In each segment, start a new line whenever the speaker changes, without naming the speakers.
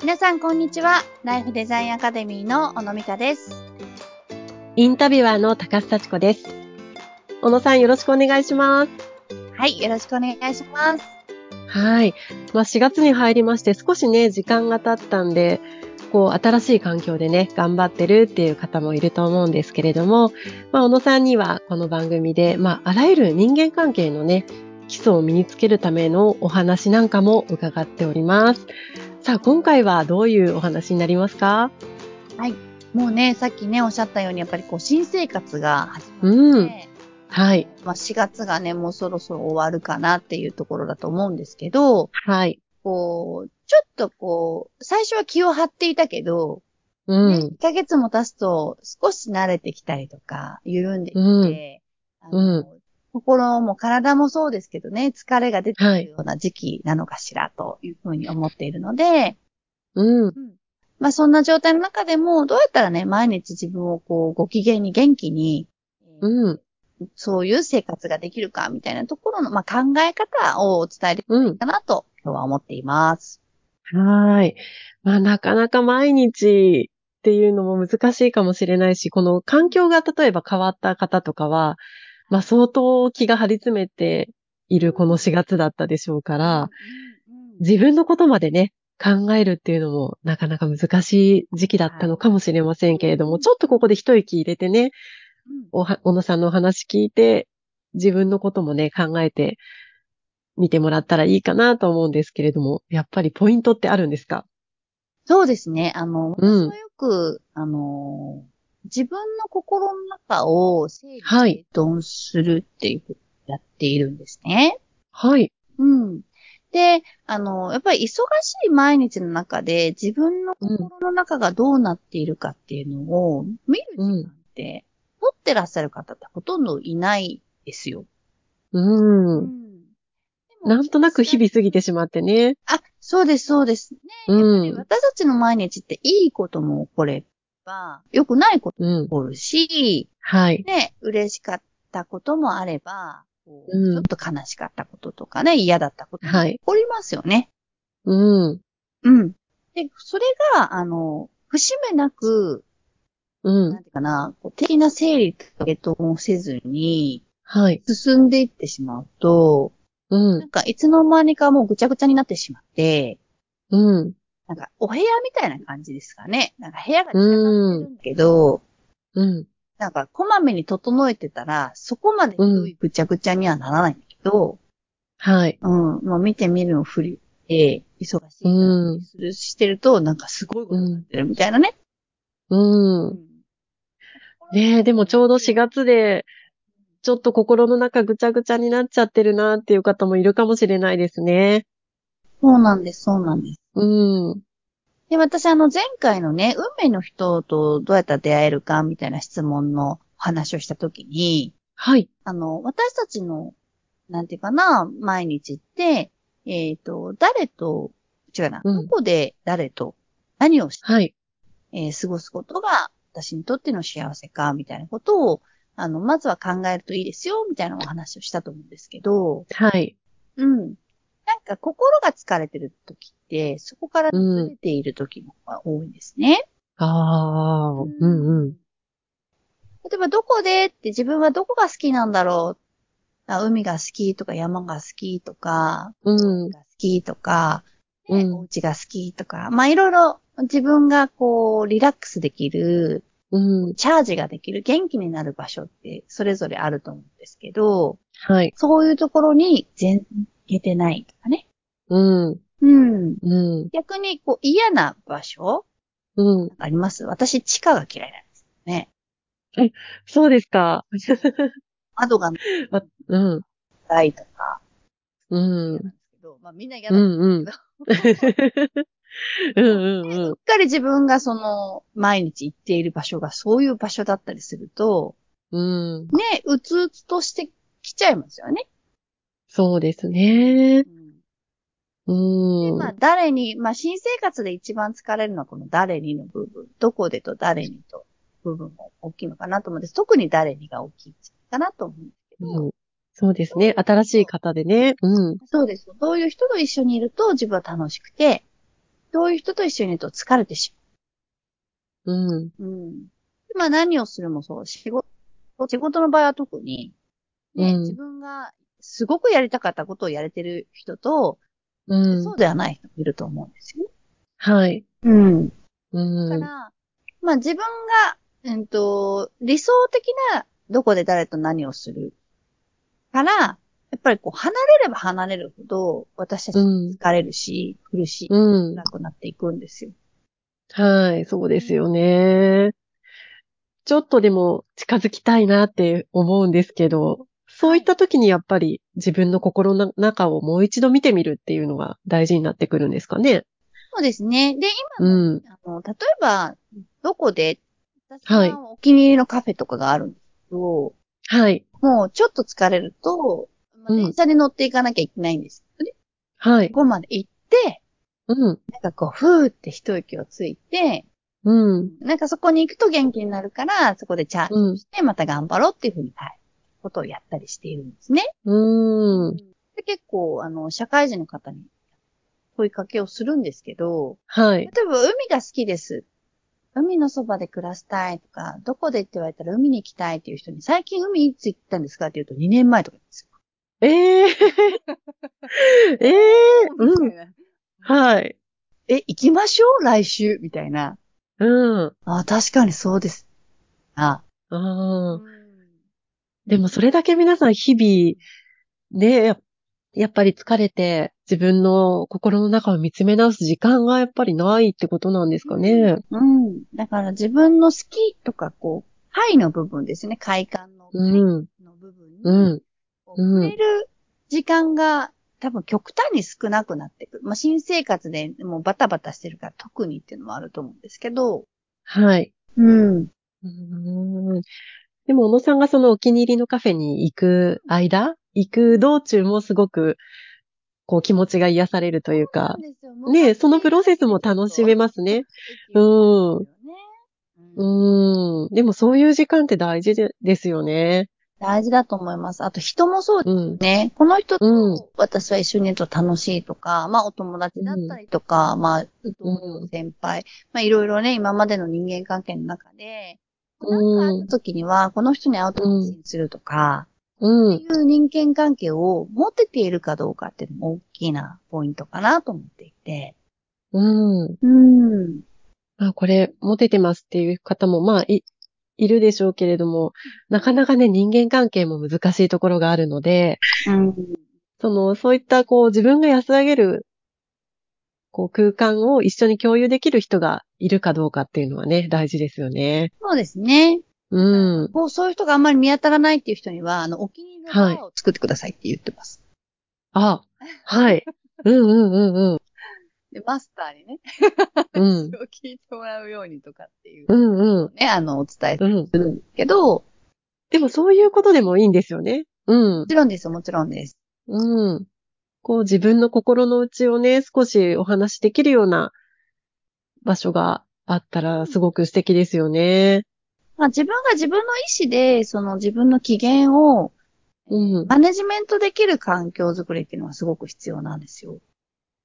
皆さん、こんにちは。ライフデザインアカデミーの小野美香です。
インタビュアーの高須幸子です。小野さんよろしくお願いします。
はい、よろしくお願いします。
はい。まあ4月に入りまして少しね、時間が経ったんで、こう新しい環境でね、頑張ってるっていう方もいると思うんですけれども、まあ小野さんにはこの番組で、まああらゆる人間関係のね、基礎を身につけるためのお話なんかも伺っております。さあ、今回はどういうお話になりますか
もうね、さっきね、おっしゃったように、やっぱりこう、新生活が始まって、
うんはい。
まあ、4月がね、もうそろそろ終わるかなっていうところだと思うんですけど、
はい。
こう、ちょっとこう、最初は気を張っていたけど、
う
ね
ん。
1ヶ月も経つと少し慣れてきたりとか、緩んできて、あ
うん
の心も体もそうですけどね、疲れが出てくるような時期なのかしらというふうに思っているので、
うん。
まあそんな状態の中でも、どうやったらね、毎日自分をこう、ご機嫌に元気に、
うん。
そういう生活ができるか、みたいなところの、まあ考え方をお伝えでき
うん
る。かなと、今日は思っています。
はーい。まあ、なかなか毎日っていうのも難しいかもしれないし、この環境が例えば変わった方とかは、まあ、相当気が張り詰めているこの4月だったでしょうから、自分のことまでね、考えるっていうのもなかなか難しい時期だったのかもしれませんけれども、ちょっとここで一息入れてね、おは、小野さんのお話聞いて、自分のこともね、考えて見てもらったらいいかなと思うんですけれども、やっぱりポイントってあるんですか
そうですね。あの、
うん
私はよく、あの、自分の心の中を整理
はい
整頓するっていうことをやっているんですね。
はい。
うん。で、あの、やっぱり忙しい毎日の中で自分の心の中がどうなっているかっていうのを見る時間って、持ってらっしゃる方ってほとんどいないですよ。
う。
うんん
なんとなく日。々過ぎてしまってね。
あ、そうです、そうです。ね、
う
やっぱ
ん。
り私たちの毎日っていいことも起これば、良くないことも
うん
起。こるし、
はい。
ね、嬉しかったこともあれば、こう
うん
ちょっと悲しかったこととかね、嫌だったことも
は
起
い
こりますよね。
うん。
うん。で、それが、あの、節目なく、
う。
なんんていうかな、こう的な整理とかともせずに、
はい。
進んでいってしまうと、
う。
なんんかいつの間にかもうぐちゃぐちゃになってしまって、
うん。
なんかお部屋みたいな感じですかね。なんか部屋が散らかってるんだけど、
うん。
なんかこまめに整えてたら、そこまでひどいぐちゃぐちゃにはならないんだけど、
はい。
うん、まあ見て見るのふりで、忙しい感じにする、してると、なんかすごいこと
う
に
ん。
なってるみたいなね。
うん。ねえ、でもちょうど4月で、ちょっと心の中ぐちゃぐちゃになっちゃってるなっていう方もいるかもしれないですね。
そうなんです、そうなんです。
うん。
で、私、あの、前回のね、運命の人とどうやったら出会えるか、みたいな質問の話をしたときに、
はい。
あの、私たちの、なんていうかな、毎日って、えっ、と、誰と、違うな、
うん
どこで誰と、何をして、
はい。
えー過ごすことが、私にとっての幸せか、みたいなことを、あの、まずは考えるといいですよ、みたいなお話をしたと思うんですけど、
はい。
うん。なんか、心が疲れてるときって、そこからずれているときが多いんですね。
ああ。うんうん。
例えばどこでって自分はどこが好きなんだろうあ海が好きとか山が好きとか、
うん。
好きとか、ね
うん
お家が好きとか、まあいろいろ自分がこうリラックスできる、
うん。
チャージができる、元気になる場所ってそれぞれあると思うんですけど、
はい。
そういうところに全行けてないとかね。
うん。
うん。
うん。
逆にこう嫌な場所
うん。
あります私地下が嫌いなんですよね。
そうですか。
窓が
うん。
ないとか。
うん。
けどまあみんな嫌
う
なん
うん。うんうんうん
しっ。かり自分がその、毎日行っている場所がそういう場所だったりすると、
うん。
ね、うつうつとしてきちゃいますよね。
そうですね。
うん、
う
で、
ん。
まあ、誰に、まあ、新生活で一番疲れるのはこの誰にの部分、どこでと誰にと部分も大きいのかなと思うんです。特に誰にが大きいんじゃないかなと思うんですけど、
うんそうですね。新しい方でね。うん。
そうです。そういう人と一緒にいると自分は楽しくて、そういう人と一緒にいると疲れてし
う
ま
ん。
う。うん。今何をするもそう。仕事、仕事の場合は特に、ね、
うん
自分がすごくやりたかったことをやれてる人と、
うん。
そうではない人もいると思うんですよね。
はい。
うん。
う
だか
ん。
ら、まあ自分が、うんと、理想的などこで誰と何をするから、やっぱりこう離れれば離れるほど私たち
うん。
疲れるし、苦しい、
うん。
辛くなっていくんですよ。
はい、そうですよね。ちょっとでも近づきたいなって思うんですけど、そういった時にやっぱり自分の心の中をもう一度見てみるっていうのが大事になってくるんですかね。
そうですね。で、
うん。
今、あの、例えば、どこで、私
はい
のお気に入りのカフェとかがあるんですけど、
はい。
もうちょっと疲れると、まあ
うん
電車に乗っていかなきゃいけないんですよね。
はい
こ。こまで行って、
うん。
なんかこう、ふーって一息をついて、
うん。
なんかそこに行くと元気になるから、そこでチャージ
うん。
して、また頑張ろうっていうふうに、はい、ことをやったりしているんですね。
うん。
で結構、あの、社会人の方に問いかけをするんですけど、
はい
例。えば海が好きです。海のそばで暮らしたいとか、どこでって言われたら海に行きたいっていう人に、最近海いつ行ったんですかって言うと2年前とかなんです
ええ ええ
よ。
うん。はい。
え、行きましょう来週みたいな。
うん。
あ、確かにそうです。あ、
ああ。でもそれだけ皆さん日々、ね、ややっぱり疲れて自分の心の中を見つめ直す時間がやっぱりないってことなんですかね。
うん。だから自分の好きとか、こう、愛の部分ですね。快感の、
うん、
の部分
う
に、
ん、
こ
うん
う触れる時間が、多分極端に少なくなってくる。まあ、新生活でもうバタバタしてるから特にっていうのもあると思うんですけど。
はい。
うん。
うんでも、小野さんがそのお気に入りのカフェに行く間、行く道中もすごく、こう気持ちが癒されるというか、ねそのプロセスも楽しめますね。うん
うん。
うん、でもそういう時間って大事でですよね。
大事だと思います。あと人もそうで
うん
す、ね。この人
うん
と私は一緒にいると楽しいとか、まあお友達だったりとか、まあ、同僚先輩、まあいろいろね、今までの人間関係の中で、
うん
なんかあった時には、この人に会うと安心するとか、
う
っ
ん
て、いう人間関係を持てているかどうかっていうのも大きなポイントかなと思っていて。
うん。
うん。
まあこれ、モテてますっていう方も、まあ、い、いるでしょうけれども、なかなかね、人間関係も難しいところがあるので、
うん。
その、そういった、こう、自分が安らげる、こう、空間を一緒に共有できる人がいるかどうかっていうのはね、大事ですよね。
そうですね。
うん。
こう、そういう人があんまり見当たらないっていう人には、あの、お気に入りのバーを作ってくださいって言ってます。
あ、はい。うんうんうんうん。
で、マスターにね、
うん。
を聞いてもらうようにとかっていう
う
ね、
んうん。
あの、お伝えす
うん。
るんですけど、も
でもそういうことでもいいんですよね。うん。
ちろんですよ、もちろんです。
うん。こう自分の心の内をね、少しお話しできるような場所があったらすごく素敵ですよね。
まあ、自分が自分の意思で、その自分の機嫌を
うん。
マネジメントできる環境づくりっていうのはすごく必要なんですよ。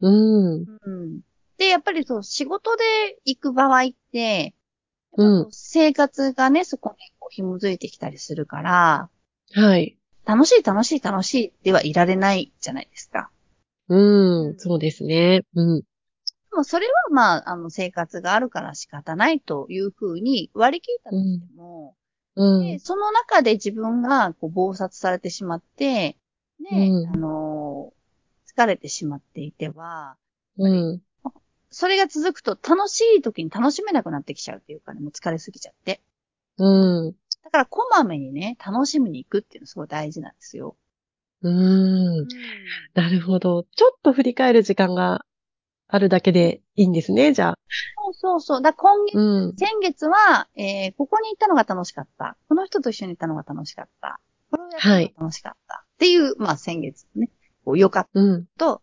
うん。
うんで、やっぱりそう、仕事で行く場合って、
うん
生活がね、そこにこう紐づいてきたりするから、
はい。
楽しい楽しい楽しいではいられないじゃないですか。
うん。そうですね。うん。
でもそれはまあ、あの、生活があるから仕方ないというふうに割り切ったとしても、
う
で
ん。
その中で自分がこう暴殺されてしまって、ね、
うん
あのー疲れてしまっていては、
うん。
それが続くと楽しい時に楽しめなくなってきちゃうっていうかね、もう疲れすぎちゃって。
うん。
だから、こまめにね、楽しみに行くっていうのすごい大事なんですよ。
うん。なるほど。ちょっと振り返る時間があるだけでいいんですね、じゃあ。
そうそうそう。だから今月、
うん。
先月は、えー、ここに行ったのが楽しかった。この人と一緒に行ったのが楽しかった。これをやったのが楽しかった。っていう、まあ先月ね、こう良かった
うん。
と、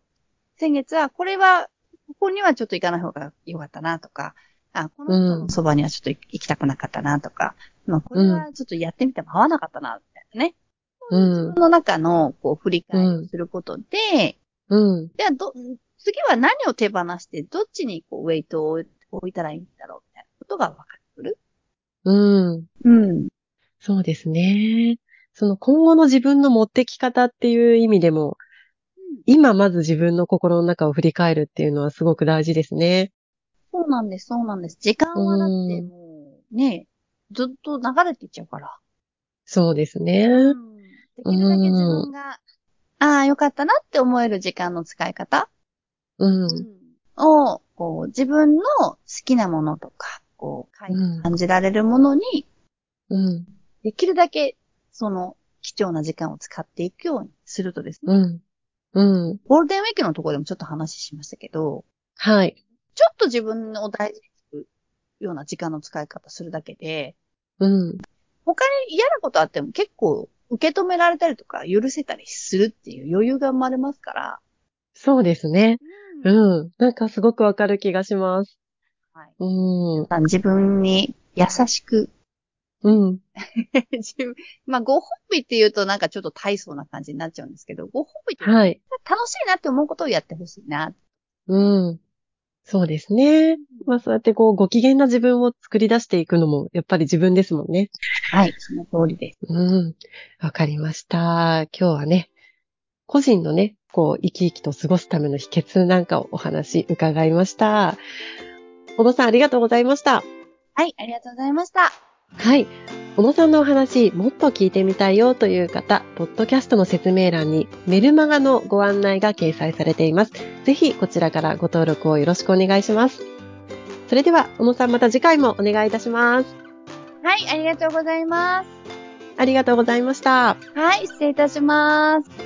先月は、これは、ここにはちょっと行かない方が良かったなとか、あ、この人のそばにはちょっと行行きたくなかったなとか、まあこれはちょっとやってみても合わなかったな、みたいなね。
うん
自分の中の、こう、振り返りをすることで、
うん。
では、ど、次は何を手放して、どっちにこう、ウェイトを置いたらいいんだろうみたいなことが分かってくる。
うん。
うん。
そうですね。その今後の自分の持ってき方っていう意味でも、今まず自分の心の中を振り返るっていうのはすごく大事ですね。
そうなんです、そうなんです。時間はだってもう、ね、ずっと流れていっちゃうから。
そうですね。
うんできるだけ自分が、ああ、よかったなって思える時間の使い方
うん。
を、こう、自分の好きなものとか、こう、
うん
感じられるものに、
うん。
できるだけ、その、貴重な時間を使っていくようにするとですね、
うん。うん。
ゴールデンウィークのところでもちょっと話しましたけど、
はい。
ちょっと自分を大事にするような時間の使い方するだけで、
うん。
他に嫌なことあっても結構受け止められたりとか許せたりするっていう余裕が生まれますから、
そうですね。
う
うん。なんかすごくわかる気がします。
はい
うん。
自分に優しく、
うん。
自分まあ、ご褒美って言うとなんかちょっと大層な感じになっちゃうんですけど、ご褒美っていうのは
はい。
楽しいなって思うことをやってほしいな。
うん。そうですね。まあそうやってこう、ご機嫌な自分を作り出していくのも、やっぱり自分ですもんね。
はい、その通りです。
うん。わかりました。今日はね、個人のね、こう、生き生きと過ごすための秘訣なんかをお話伺いました。小野さんありがとうございました。
はい、ありがとうございました。
はい。小野さんのお話、もっと聞いてみたいよという方、ポッドキャストの説明欄にメルマガのご案内が掲載されています。ぜひこちらからご登録をよろしくお願いします。それでは、小野さんまた次回もお願いいたします。
はい、ありがとうございます。
ありがとうございました。
はい、失礼いたします。